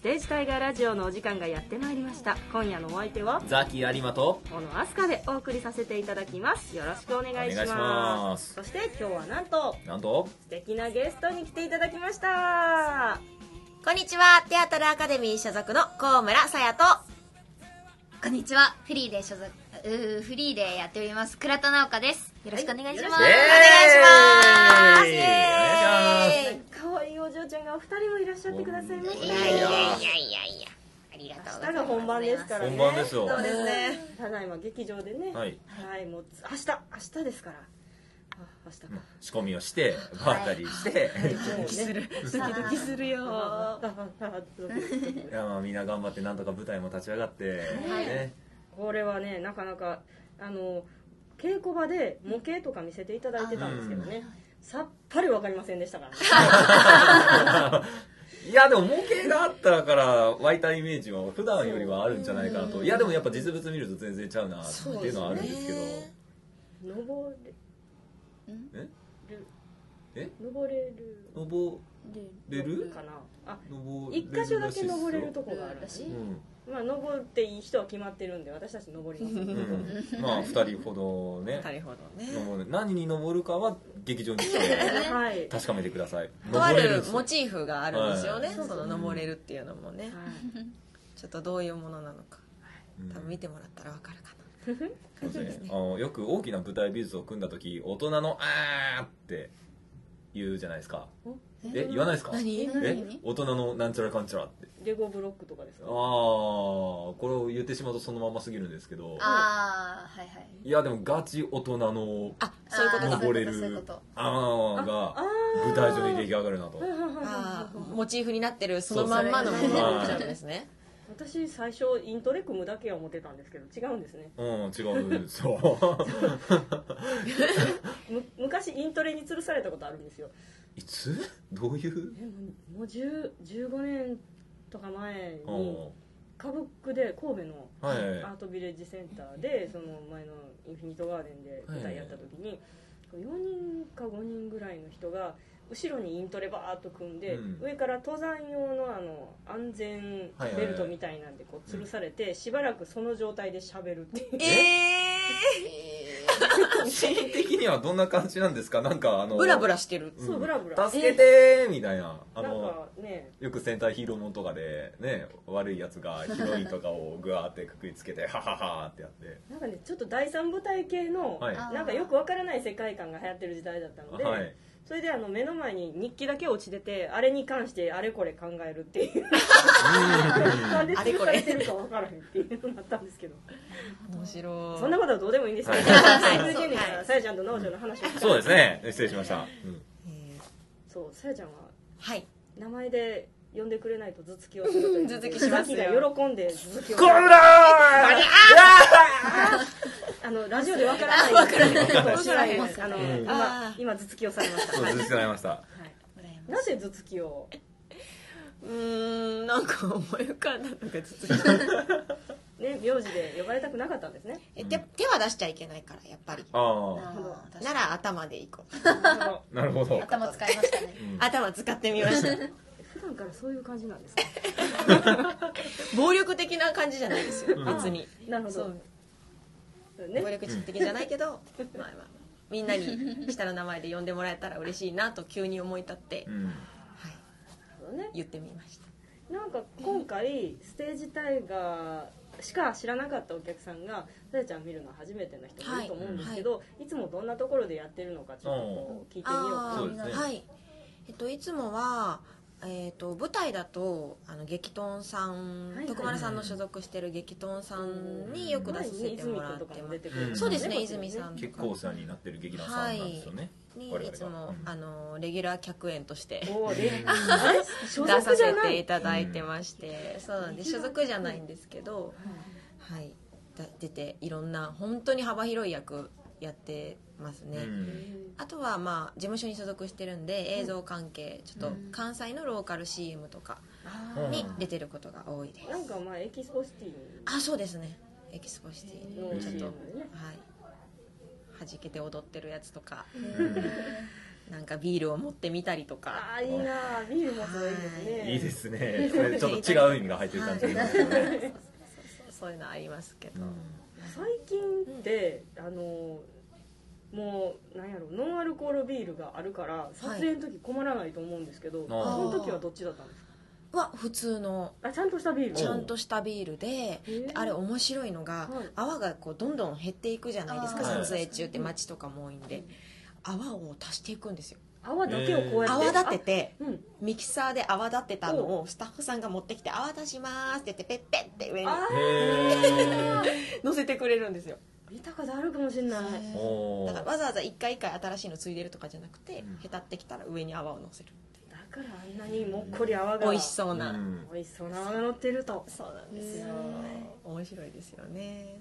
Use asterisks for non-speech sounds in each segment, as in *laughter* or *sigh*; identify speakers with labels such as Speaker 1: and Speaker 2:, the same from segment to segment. Speaker 1: ジタイガーラジオのお時間がやってまいりました今夜のお相手は
Speaker 2: ザキ有馬と
Speaker 1: 小野飛鳥でお送りさせていただきますよろしくお願いします
Speaker 2: お願いします
Speaker 1: そして今日はなんと
Speaker 2: なんと
Speaker 1: 素敵なゲストに来ていただきました
Speaker 3: こんにちは、テアトルアカデミー所属の高村さやと。
Speaker 4: こんにちは。フリーで所属、うーフリーでやっております、倉田直香です。よろしくお願いします。
Speaker 2: はい
Speaker 3: お願いします
Speaker 2: イエーイ
Speaker 3: イエーイ
Speaker 2: お願いし
Speaker 1: 可愛いお嬢ちゃんがお二人もいらっしゃってくださいまし
Speaker 3: い
Speaker 2: い
Speaker 3: や
Speaker 2: や
Speaker 3: い
Speaker 2: い
Speaker 3: やい
Speaker 2: や
Speaker 3: やいやいや。ありがとうござ
Speaker 1: 明日
Speaker 3: います。
Speaker 1: が本番ですからね
Speaker 2: 本番ですよ
Speaker 1: そうですねただいま劇場でね
Speaker 2: ますはい
Speaker 1: はいもう明日明日ですからあ明日か
Speaker 2: 仕込みをしてバータリーして、 *laughs* い
Speaker 1: ドキドキするドキドキするよ
Speaker 2: やまあみんな頑張ってなんとか舞台も立ち上がって、
Speaker 4: はい
Speaker 2: ね、 *laughs*
Speaker 1: これはねなかなかあの稽古場で模型とか見せていただいてたんですけどねさっぱりわかりませんでしたからね
Speaker 2: いやでも模型があったから湧いたイメージは普段よりはあるんじゃないかなといやでもやっぱ実物見ると全然ちゃうなっていうのはあるんですけど
Speaker 3: そうですね
Speaker 1: 登れ
Speaker 2: え
Speaker 1: る
Speaker 2: え
Speaker 1: 登れる
Speaker 2: 登れる
Speaker 1: かなあ
Speaker 2: 登
Speaker 1: 一箇所だけ登れると
Speaker 2: こ
Speaker 1: こがあるらし
Speaker 2: う
Speaker 1: い
Speaker 2: ん
Speaker 1: まあ登っていい人は決まってるんで私たち登ります
Speaker 2: う
Speaker 1: けど
Speaker 2: ん、まあ2人ほどね
Speaker 3: なるほどね。
Speaker 2: 登る何に登るかは劇場に来て
Speaker 1: はい、 *laughs* はい、
Speaker 2: 確かめてください
Speaker 3: とあ
Speaker 2: 登れるん
Speaker 3: る
Speaker 2: ですよ
Speaker 3: モチーフがあるんですよね。
Speaker 1: はい
Speaker 3: その登れるっていうのもね。ちょっとどういうものなのか。
Speaker 2: うん
Speaker 3: 多分見てもらったらわかるかな。
Speaker 2: そうですねあのよく大きな舞台美術を組んだ時大人の「あー」って言うじゃないですかえ言わないですか
Speaker 3: 何
Speaker 2: え大人のなんちゃらかんちゃらって
Speaker 1: レゴブロックとかです
Speaker 2: ああ
Speaker 1: か
Speaker 2: これを言ってしまうとそのまますぎるんですけど
Speaker 4: あー、はいはい。
Speaker 2: いやでもガチ大人の
Speaker 3: あ、そういうこと
Speaker 4: あ
Speaker 3: か
Speaker 4: ー。
Speaker 2: 登れ
Speaker 4: そういう
Speaker 2: る
Speaker 4: こと
Speaker 2: 「あー」が
Speaker 1: あ
Speaker 2: 舞台上に出来上がるなと
Speaker 3: ああ、モチーフになってるそのまんまのもの
Speaker 2: そうそう
Speaker 3: になっちゃうんですね。
Speaker 1: 私最初イントレ組むだけは思ってたんですけど違うんですね
Speaker 2: うん違うんですよ *laughs*
Speaker 1: む昔イントレに吊るされたことあるんですよ
Speaker 2: いつどういう
Speaker 1: えもうもう10 15年とか前
Speaker 2: う
Speaker 1: に
Speaker 2: ん
Speaker 1: 歌舞伎で神戸のア
Speaker 2: はい
Speaker 1: ートビレッジセンターでその前のインフィニットガーデンで舞台やった時に4人か5人ぐらいの人が後ろにイントレバーっと組んで、
Speaker 2: うん
Speaker 1: 上から登山用のあの安全ベルトみたいなんでこう吊るされてしばらくその状態で喋るっていう
Speaker 3: ええ
Speaker 2: シーン的にはどんな感じなんですかなんかあの
Speaker 3: ー。ブラブラしてる。
Speaker 1: そうブラブラ
Speaker 2: 助けてーみたいなあ
Speaker 1: なん
Speaker 2: の
Speaker 1: かね
Speaker 2: よく戦隊ヒーローもんとかでね悪いやつがヒロインとかをグワーってくくりつけてハハハーってやって
Speaker 1: なんかねちょっと第三舞台系の、
Speaker 2: はい
Speaker 4: あー
Speaker 1: なんかよくわからない世界観が流行ってる時代だったので、
Speaker 2: はい
Speaker 1: それであの目の前に日記だけ落ちててあれに関してあれこれ考えるっていうなんで潰されてるかわからへんっていうのがあったんですけど
Speaker 3: 面白い。
Speaker 1: そんなことはどうでもいいんですけど
Speaker 3: はい
Speaker 1: 最終的には
Speaker 3: はい
Speaker 1: さやちゃんと農場の話をした
Speaker 2: そうですね失礼しました、うん
Speaker 3: えー
Speaker 1: そうさやちゃんは
Speaker 3: はい。
Speaker 1: 名前で呼んでくれないと頭突きをするという
Speaker 3: 頭突きしますよ
Speaker 1: ザキが喜んで頭突きをす
Speaker 2: こ
Speaker 1: る
Speaker 2: らー
Speaker 1: あのラジオでわからないことをしないですあの
Speaker 2: うん
Speaker 1: 今今頭突きをされました
Speaker 2: そう
Speaker 1: はい
Speaker 2: ずっとなりました
Speaker 1: なぜ頭突きを
Speaker 3: うーん、なんか思い浮かんだのがずっと。
Speaker 1: ね名字で呼ばれたくなかったんですね
Speaker 3: *laughs* え手手は出しちゃいけないからやっぱり
Speaker 2: あ
Speaker 3: なら頭でいこう
Speaker 1: あ
Speaker 2: あなるほど、
Speaker 4: 頭使いま
Speaker 3: *laughs*
Speaker 4: したね。
Speaker 2: うん
Speaker 3: 頭使ってみま *laughs* した
Speaker 1: の普段からそういう感じなんですか
Speaker 3: 暴力的な感じじゃないですよ
Speaker 2: うん
Speaker 3: 別に
Speaker 1: なるほ
Speaker 3: そ
Speaker 1: ど
Speaker 3: う
Speaker 1: ね
Speaker 3: 暴力的じゃないけ *laughs* ど、まあまあまあみんなに下の名前で呼んでもらえたら嬉しいなと急に思い立って、
Speaker 2: うん、
Speaker 3: はい、
Speaker 1: ね
Speaker 3: 言ってみました
Speaker 1: なんか今回ステージタイガーしか知らなかったお客さんがさやちゃん見るのは初めての人もいると思うんですけど、いつもどんなところでやってるのかちょっとこう聞いてみよう
Speaker 2: ー
Speaker 1: か
Speaker 2: そ
Speaker 3: あ
Speaker 2: うですね
Speaker 3: はいえっといつもはえっと舞台だとあの激闘さん、
Speaker 1: はいはい
Speaker 3: 徳丸さんの所属してる激闘さんによく出させてもらっ
Speaker 1: 前
Speaker 3: て
Speaker 1: に泉君とか
Speaker 3: ま
Speaker 1: も
Speaker 3: す
Speaker 1: 出てくる
Speaker 2: うん
Speaker 3: そうですね
Speaker 1: こっち
Speaker 3: 泉さんと
Speaker 2: 結
Speaker 3: か
Speaker 2: 構お世話になってる劇団さんなんですよね、
Speaker 3: に
Speaker 2: 我々
Speaker 3: い
Speaker 2: が
Speaker 3: つも
Speaker 2: うん
Speaker 3: あのレギュラー客演として
Speaker 1: おおであれ所
Speaker 3: 出さ
Speaker 1: 属じゃ
Speaker 3: せ
Speaker 1: な
Speaker 3: てい
Speaker 1: い
Speaker 3: ただいてまして、そうなんで所属じゃないんですけど、はい、だ出ていろんな本当に幅広い役やってますね、
Speaker 2: うん
Speaker 3: あとはまあ事務所に所属してるんで映像関係ちょっ
Speaker 2: う
Speaker 3: と関西のローカル CM とか
Speaker 2: うん
Speaker 3: に出てることが多いです、
Speaker 1: なんかまあエキスポシティ
Speaker 3: あそうですねエキスポシティの
Speaker 1: の
Speaker 3: ちょっ
Speaker 1: CM
Speaker 3: と、
Speaker 1: で
Speaker 3: は
Speaker 1: ね
Speaker 3: い弾けて踊ってるやつとか、なんかビールを持ってみたりとか
Speaker 1: ああいいなビール持つのいいですね
Speaker 2: いいですねこれちょっと違う意味が入ってる感じがしますよね、
Speaker 3: そういうのありますけ
Speaker 2: う
Speaker 3: ど、
Speaker 2: ん
Speaker 1: 最近って、あのもうなんやろノンアルコールビールがあるから撮影の時困らないと思うんですけど、そ
Speaker 2: あ
Speaker 1: の
Speaker 2: ー
Speaker 1: 時はどっちだったんですか
Speaker 3: は普通の
Speaker 1: あちゃんとしたビール
Speaker 3: ちゃんとしたビールで
Speaker 1: へー
Speaker 3: であれ面白いのが、
Speaker 1: はい
Speaker 3: 泡がこうどんどん減っていくじゃないですか
Speaker 2: あー
Speaker 3: 撮影中って街とかも多いんで、泡を足していくんですよ
Speaker 1: 泡だけをこうやって、
Speaker 3: 泡立てて
Speaker 1: あうん
Speaker 3: ミキサーで泡立てたのをスタッフさんが持ってきて「泡出します」って言ってペッペッって上に
Speaker 1: あ
Speaker 2: へえ
Speaker 3: 乗せてくれるんですよ
Speaker 1: 見たことあるかもしれない
Speaker 3: *laughs*
Speaker 2: お
Speaker 3: だか
Speaker 2: ー
Speaker 3: らわざわざ一回一回新しいのついでるとかじゃなくて、
Speaker 2: うん
Speaker 3: へたってきたら上に泡を乗せる
Speaker 1: だからあんなにもっこり泡が
Speaker 3: 美味しそうな、
Speaker 2: うん
Speaker 1: 美味しそうな泡が乗ってると
Speaker 3: そうなんですよ
Speaker 1: へ
Speaker 3: 面白いですよね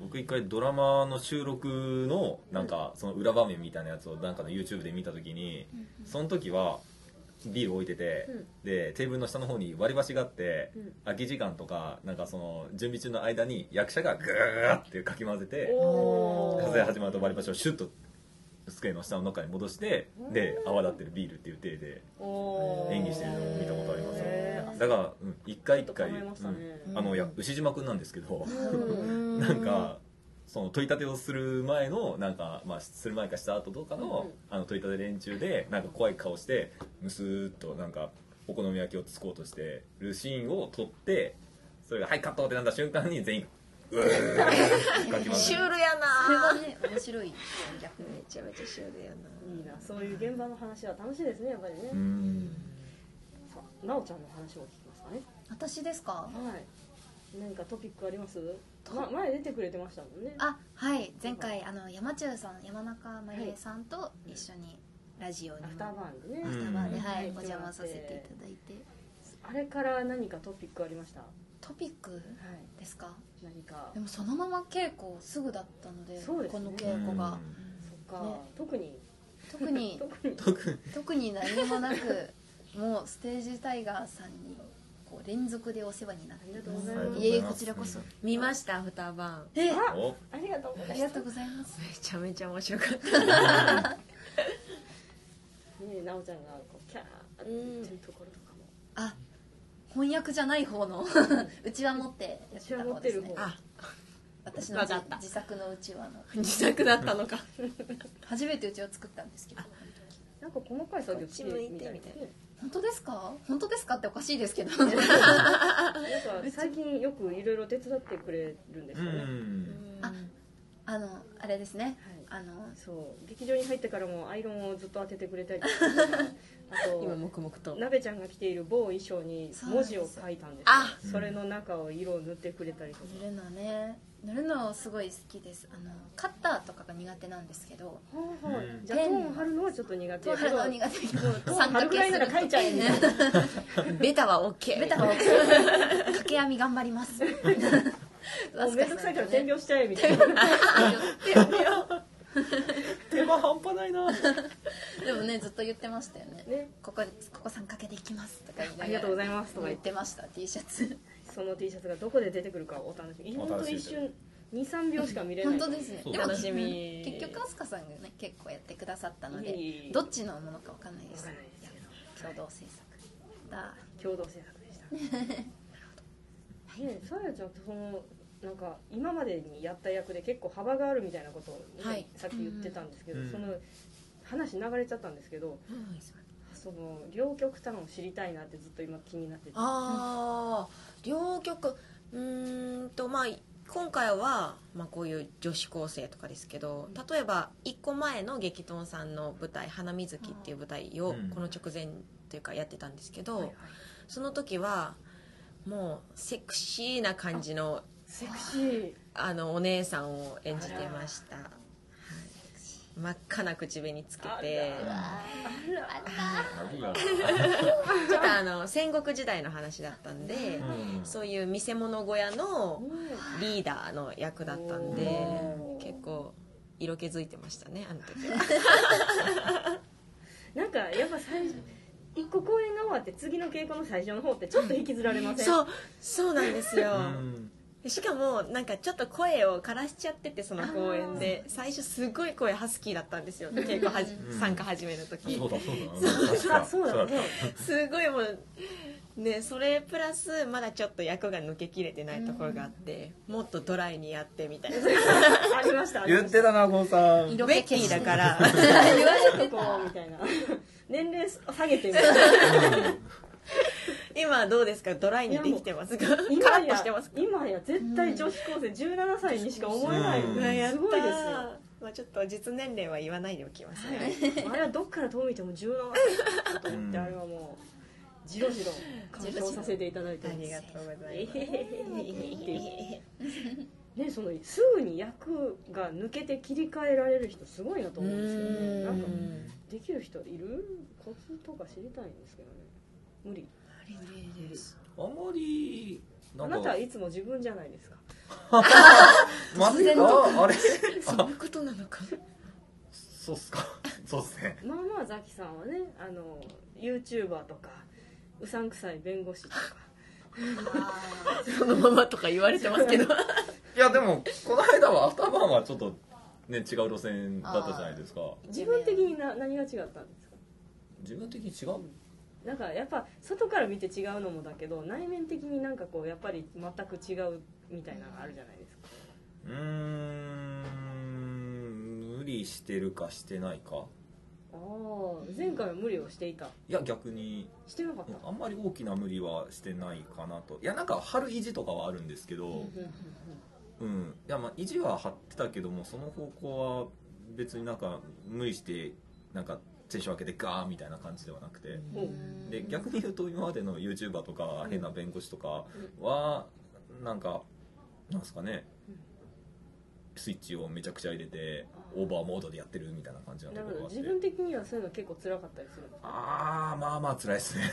Speaker 2: 僕一回ドラマの収録のなんかその裏場面みたいなやつをなんかの YouTube で見た時に
Speaker 4: *laughs*
Speaker 2: その時はビール置いてて、
Speaker 1: うん
Speaker 2: でテーブルの下の方に割り箸があって、
Speaker 1: うん
Speaker 2: 空き時間とかなんかその準備中の間に役者がグーってかき混ぜて
Speaker 1: お
Speaker 3: ー
Speaker 2: 撮影始まると割り箸をシュッと机の下の中に戻してで泡立ってるビールっていう体で
Speaker 1: おー
Speaker 2: 演技してるのを見たことあります
Speaker 1: へー
Speaker 2: だから、うん、一回
Speaker 1: ちょ
Speaker 2: 一
Speaker 1: っと考
Speaker 2: 回、
Speaker 1: えましたね
Speaker 2: うんあのいや牛島君なんですけど、
Speaker 1: うん
Speaker 2: なんかその取り立てをする前のなんか、まあ、する前かした後とかの,、
Speaker 1: うん
Speaker 2: あの取り立て連中でなんか怖い顔してむすーっとなんかお好み焼きをつこうとしてるシーンを撮ってそれが「はいカット!」ってなった瞬間に全員「うーってかきます
Speaker 3: シュ
Speaker 1: *laughs*
Speaker 3: ールや
Speaker 4: それは
Speaker 3: な
Speaker 4: ね面白い逆に
Speaker 3: めちゃめちゃシュールやない
Speaker 1: いなそういう現場の話は楽しいですねやっぱりね、
Speaker 2: うん
Speaker 1: さあなおちゃんの話を聞きますかね
Speaker 4: 私ですか
Speaker 1: はいなんかトピックあります、ま、前出てくれてましたもんね
Speaker 4: あはい前回あの山中さん山中まりえさんと一緒にラジオに
Speaker 1: ア
Speaker 4: も
Speaker 1: フターバーンでね、
Speaker 4: アフターバーで、はい、お
Speaker 1: うん
Speaker 4: 邪魔させていただいて
Speaker 1: あれから何かトピックありましたは
Speaker 4: トピックですか
Speaker 1: い何か
Speaker 4: でもそのまま稽古すぐだったので
Speaker 1: そうです
Speaker 4: こ
Speaker 1: ね
Speaker 4: の稽古が
Speaker 1: そっか、
Speaker 4: ね
Speaker 1: 特に
Speaker 4: 特
Speaker 1: *laughs*
Speaker 4: に
Speaker 1: 特に
Speaker 4: 特に何もなくもうステージタイガーさんにこう連続でお世話になっています
Speaker 1: ありがとうございます
Speaker 4: いえいえこちらこそ
Speaker 3: 見ましたアフターバーン
Speaker 4: え
Speaker 1: あ
Speaker 2: お
Speaker 1: ありがとうござ
Speaker 4: あ
Speaker 1: い
Speaker 4: り
Speaker 1: ま
Speaker 4: が
Speaker 1: す
Speaker 4: とうございます
Speaker 3: めちゃめちゃ面白かった
Speaker 1: ねなおちゃんがこうキャーって言ってるところとかも
Speaker 4: あ翻訳じゃない方の *laughs* うちわ持ってやって
Speaker 1: うちわ
Speaker 4: た方ですね
Speaker 1: 持ってる方
Speaker 3: あ
Speaker 4: 私の
Speaker 3: わ
Speaker 4: 自
Speaker 3: かった
Speaker 4: 自作のうちわの
Speaker 3: 自作だったのか
Speaker 4: 初めてうちわ作ったんですけど
Speaker 1: なんか細かい作業
Speaker 3: こっち向いてみたいな
Speaker 1: ね
Speaker 4: 本当ですか本当ですかっておかしいで
Speaker 1: *laughs*
Speaker 4: すけど
Speaker 1: なんか最近よくいろいろ手伝ってくれるんです
Speaker 2: う
Speaker 1: よね、はい
Speaker 2: ん
Speaker 4: ああのあれですねあの
Speaker 1: そう劇場に入ってからもアイロンをずっと当ててくれたりと
Speaker 4: *laughs*
Speaker 1: かあ
Speaker 3: 今
Speaker 1: と
Speaker 3: 黙々と
Speaker 1: なべちゃんが着ている某衣装に文字を書いたんですよ
Speaker 3: あ
Speaker 1: それの中を色を塗ってくれたりとか、
Speaker 4: 塗るのね塗るのすごい好きですあのカッターとかが苦手なんですけど
Speaker 1: はいはい
Speaker 2: うん
Speaker 1: じゃあト
Speaker 4: ペン
Speaker 1: ーン貼るのはちょっと苦手
Speaker 4: トー
Speaker 1: やけ
Speaker 4: ハル
Speaker 1: ど
Speaker 4: の苦手
Speaker 1: トーン
Speaker 4: *laughs* 三
Speaker 1: 貼る
Speaker 4: 角
Speaker 1: ぐらいな
Speaker 4: 形する
Speaker 1: ら書いちゃえ
Speaker 4: *laughs*
Speaker 1: みたいな
Speaker 3: ベタは OK
Speaker 4: ベタ
Speaker 1: *laughs*
Speaker 4: *laughs* が多くて掛け編み頑張ります
Speaker 1: もうめんどくさいから点描しちゃえみたいな
Speaker 2: 手間半端ないな
Speaker 4: でもねずっと言ってましたよね
Speaker 1: ね
Speaker 4: ここここ三掛けでいきますとか言いながら
Speaker 1: ありがとうございますとか
Speaker 4: 言
Speaker 1: 言
Speaker 4: っ
Speaker 1: って
Speaker 4: てました T シャツ
Speaker 1: その T シャツがどこで出てくるかお楽しみ
Speaker 2: お
Speaker 1: 本
Speaker 2: 楽
Speaker 1: 当
Speaker 2: しみ
Speaker 1: 一瞬23秒しか見れない
Speaker 4: 本当ですね
Speaker 2: そう
Speaker 4: でも
Speaker 3: 楽しみ
Speaker 4: 結局飛鳥さんがね結構やってくださったの
Speaker 1: い
Speaker 4: で
Speaker 1: い
Speaker 4: どっちのものかわかんないで
Speaker 1: わ
Speaker 4: す
Speaker 1: かんないですけど
Speaker 4: 共同制作だ
Speaker 1: 共同制作でした。
Speaker 3: *laughs*
Speaker 1: なるほど。ねえ、さやちゃんってそのなんか今までにやった役で結構幅があるみたいなことを、ね
Speaker 3: はい
Speaker 1: さっき言ってたんですけど、
Speaker 2: うん
Speaker 1: その話流れちゃったんですけど、その両極端を知りたいなってずっと今気になってて、
Speaker 3: ああ両極うーんとまあ今回は、まあ、こういう女子高生とかですけど例えば一個前の激闘さんの舞台「花水木」っていう舞台
Speaker 2: う
Speaker 3: を
Speaker 2: ん
Speaker 3: この直前というかやってたんですけど、
Speaker 1: はいはい
Speaker 3: その時はもうセクシーな感じの
Speaker 1: セクシー。
Speaker 3: あのお姉さんを演じてました、はい真っ赤な口紅つけて
Speaker 1: あ
Speaker 3: ちょっとあの戦国時代の話だったんで、
Speaker 2: うん
Speaker 3: そういう見せ物小屋の
Speaker 1: う
Speaker 3: リーダーの役だったんで
Speaker 1: おー
Speaker 3: 結構色気づいてましたねあの時は
Speaker 1: んなんかやっぱ最初一個公演が終わって次の稽古の最初の方ってちょっと引きずられません。
Speaker 3: そうそうなんです
Speaker 2: う
Speaker 3: よ
Speaker 2: ん
Speaker 3: しかもなんかちょっと声を枯らしちゃっててその公演で最初すごい声ハスキーだったんですよ結構はじ
Speaker 2: うん
Speaker 3: 参加始める時
Speaker 2: そうだそうだ確か
Speaker 1: あそうだね
Speaker 3: すごいもうねそれプラスまだちょっと役が抜けきれてないところがあってもっとドライにやってみたいな
Speaker 1: ありましたあり
Speaker 2: 言
Speaker 1: ま
Speaker 2: っ
Speaker 1: した
Speaker 2: てたなゴンさん
Speaker 4: 色
Speaker 3: ベ
Speaker 4: 気
Speaker 3: ッキ
Speaker 4: 消
Speaker 3: ー
Speaker 4: し
Speaker 3: だ *laughs* から
Speaker 1: 言われるとこうみたいな年齢下げてみたいな
Speaker 3: 今どうですかドライにできてますかカラ
Speaker 1: 今
Speaker 3: ッとして
Speaker 1: や
Speaker 3: ますか
Speaker 1: 今や絶対女子高生17歳にしか思えない、
Speaker 2: うん
Speaker 3: うわやった
Speaker 1: す
Speaker 3: ー
Speaker 1: ごいですよ、
Speaker 3: まあ、ちょっと実年齢は言わないでおきますね
Speaker 1: あれはどっからどう見ても17歳だと思って、
Speaker 2: うん
Speaker 1: あれはもうじろじろ鑑賞させていただいて
Speaker 3: あ
Speaker 1: ます
Speaker 3: りがとうございます
Speaker 1: えへへへへへね、そのすぐに役が抜けて切り替えられる人すごいなと思うんですけどねなんかできる人いるコツとか知りたいんですけどね無理
Speaker 2: あんまりな
Speaker 1: あ
Speaker 2: ん
Speaker 1: なた
Speaker 2: か
Speaker 1: はいつも自分じゃないですか
Speaker 2: まずいああれ *laughs*
Speaker 3: そういうことなのか
Speaker 2: そうっすか *laughs* そうっすね
Speaker 1: まあまあザキさんはねあの YouTuber とかうさんくさい弁護士とか
Speaker 3: *laughs* そのままとか言われてますけど
Speaker 2: いやでもこの間はアフターバーンはちょっとね違う路線だったじゃないですか
Speaker 1: 自分的にな何が違ったんですか
Speaker 2: 自分的に違う
Speaker 1: なんかやっぱ外から見て違うのもだけど内面的になんかこうやっぱり全く違うみたいなのがあるじゃないですか
Speaker 2: うーん無理してるかしてないか
Speaker 1: ああ前回は無理をしていた
Speaker 2: いや逆に
Speaker 1: してなかっ
Speaker 2: うん
Speaker 1: た
Speaker 2: あんまり大きな無理はしてないかなといやなんか張る意地とかはあるんですけどうんいやまあ意地は張ってたけどもその方向は別になんか無理してなんかテンション上げてガーみたいな感じではなくて
Speaker 1: うん
Speaker 2: で逆に言うと今までの YouTuber とか変な弁護士とかはなんかなんですかねスイッチをめちゃくちゃ入れてオーバーモードでやってるみたいな感じな
Speaker 1: な
Speaker 2: と
Speaker 1: る
Speaker 2: こ
Speaker 1: ほ
Speaker 2: ろ
Speaker 1: ど
Speaker 2: があっ
Speaker 1: 自
Speaker 2: て
Speaker 1: 分的にはそういうの結構辛かったりする
Speaker 2: ああまあまあ辛いですね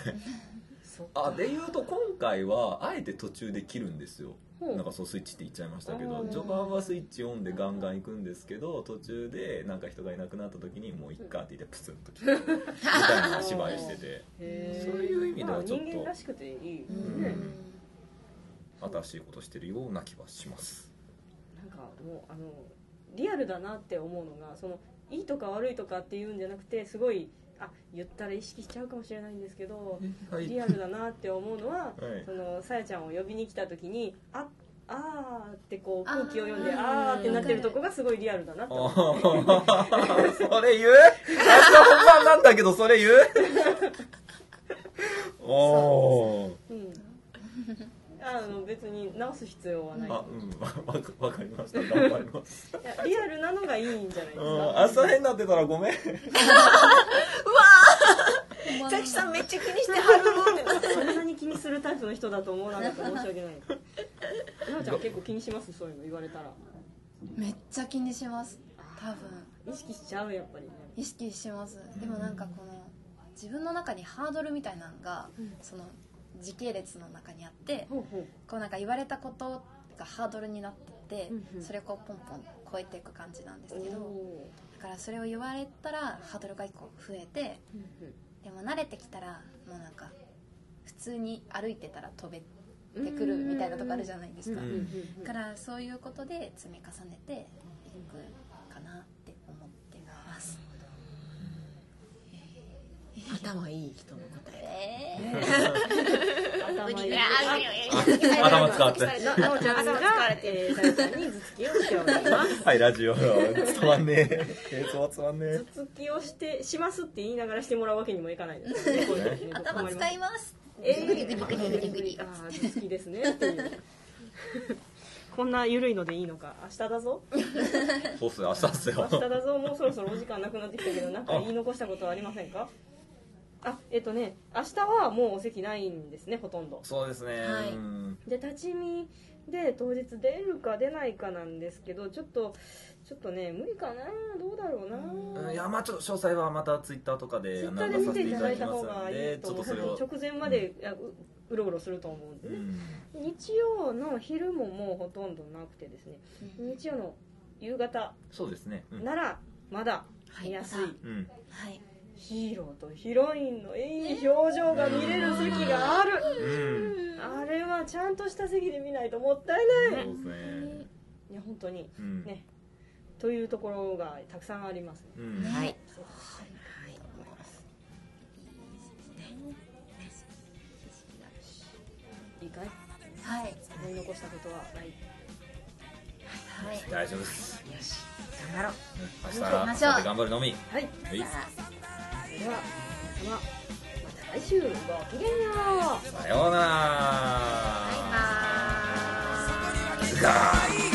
Speaker 1: そっ
Speaker 2: あで言うと今回はあえて途中で切るんですよ
Speaker 1: ほう
Speaker 2: なんかそうスイッチって言っちゃいましたけ
Speaker 1: あ
Speaker 2: ど
Speaker 1: ー
Speaker 2: 序盤はスイッチオンでガンガン行くんですけど途中でなんか人がいなくなった時にもういっかって言ってプツンと切るみたいな芝居してて
Speaker 1: へー
Speaker 2: そういう意味ではちょっと
Speaker 1: まあ人間らしくていいね、
Speaker 2: ん
Speaker 1: なん
Speaker 2: 新しいことしてるような気はします
Speaker 1: かもうあのリアルだなって思うのがそのいいとか悪いとかっていうんじゃなくてすごいあ言ったら意識しちゃうかもしれないんですけど
Speaker 2: はい
Speaker 1: リアルだなって思うのは、
Speaker 2: はい
Speaker 1: そのさやちゃんを呼びに来た時に「ああー」ってこう
Speaker 4: あー
Speaker 1: 空気を読んで「あー」ってなってるとこがすごいリアルだなって思う
Speaker 2: あそれ言う最初本番なんだけどそれ言うおお
Speaker 1: うん、あの別に直す必要はない
Speaker 2: あうんわわわかりました頑張ります
Speaker 1: いやリアルなのがいいんじゃないです
Speaker 2: う
Speaker 1: か
Speaker 2: ん朝変になってたらごめん
Speaker 3: ザキさんめっちゃ気にしてはるもんね
Speaker 1: そんなに気にするタイプの人だと思わなかったら申し訳ない奈緒ちゃん結構気にしますそういうの言われたら
Speaker 5: めっちゃ気にします多分
Speaker 1: 意識しちゃうやっぱりね
Speaker 5: 意識しますでもなんかこの自分の中にハードルみたいなのが、その時系列の中にあって
Speaker 1: ほうほう
Speaker 5: こうなんか言われたことがハードルになってて、
Speaker 1: うんうん
Speaker 5: それをこうポンポン超えていく感じなんです
Speaker 1: お
Speaker 5: けど
Speaker 1: お
Speaker 5: だからそれを言われたらハードルが一個増えてでも慣れてきたらもうなんか普通に歩いてたら飛べてくるみたいなとこあるじゃないですか
Speaker 2: うん
Speaker 5: だからそういうことで積み重ねていくかなって思ってます
Speaker 3: 頭いい人の答え
Speaker 5: えー
Speaker 1: 頭いい
Speaker 2: 頭使って
Speaker 1: ななおちゃんがえーさやちゃんに頭突きをしております
Speaker 2: はいラジオ伝わんね *laughs* え映像は伝わんねえ
Speaker 1: 頭突きをしてしますって言いながらしてもらうわけにもいかないですねこういう時ね
Speaker 5: 頭使います
Speaker 1: えー、グリグリグリグリグリああ好きですねっていうこんな緩いのでいいのか明日だぞ
Speaker 2: そうっすよ明日っす
Speaker 1: 明
Speaker 2: よ
Speaker 1: 日だぞもうそろそろお時間なくなってきたけど何か言い残したことはありませんかあえっとね明日はもうお席ないんですねほとんど
Speaker 2: そうですね
Speaker 3: はい
Speaker 2: うん
Speaker 1: で立ち見で当日出るか出ないかなんですけどちょっとちょっとね無理かなどうだろう
Speaker 2: うん
Speaker 1: な
Speaker 2: いやまあちょっと詳細はまたツイッターとかで
Speaker 1: ツイッター
Speaker 2: なん
Speaker 1: で
Speaker 2: か
Speaker 1: 見
Speaker 2: さ
Speaker 1: てい
Speaker 2: せてい
Speaker 1: ただ
Speaker 2: ただ
Speaker 1: い
Speaker 2: き
Speaker 1: た
Speaker 2: ます
Speaker 1: 方が
Speaker 2: ん
Speaker 1: い
Speaker 2: で
Speaker 1: い
Speaker 2: ち
Speaker 1: と
Speaker 2: ょっ
Speaker 1: 思
Speaker 2: と
Speaker 1: う
Speaker 2: それを
Speaker 1: *laughs* 直前までいやううろうろすると思うんで
Speaker 2: う
Speaker 1: ね、
Speaker 2: ん
Speaker 1: 日曜の昼ももうほとんどなくてですね日曜の夕方
Speaker 2: そうですねうん
Speaker 1: ならまだ
Speaker 3: はい
Speaker 1: 見やすい
Speaker 2: うん
Speaker 5: はい
Speaker 1: ヒーローとヒロインのいい表情が見れる席がある
Speaker 2: うん
Speaker 1: あれはちゃんとした席で見ないともったい
Speaker 2: そう
Speaker 1: な
Speaker 2: で
Speaker 1: い
Speaker 2: すね
Speaker 1: いや本当に
Speaker 2: うん
Speaker 1: ねというところがたくさんありますね
Speaker 2: うん
Speaker 3: はいはい
Speaker 1: いいかい
Speaker 5: はい
Speaker 1: 思い残したことはない
Speaker 4: はい
Speaker 2: 大丈夫です
Speaker 3: 頑張ろう
Speaker 2: うん明日
Speaker 4: 頑張りましょう
Speaker 2: 明後日頑張るのみ
Speaker 1: はい
Speaker 2: はい
Speaker 1: では皆様また来週ごきげんよう
Speaker 2: さようなら
Speaker 4: バイバーイ
Speaker 2: ガー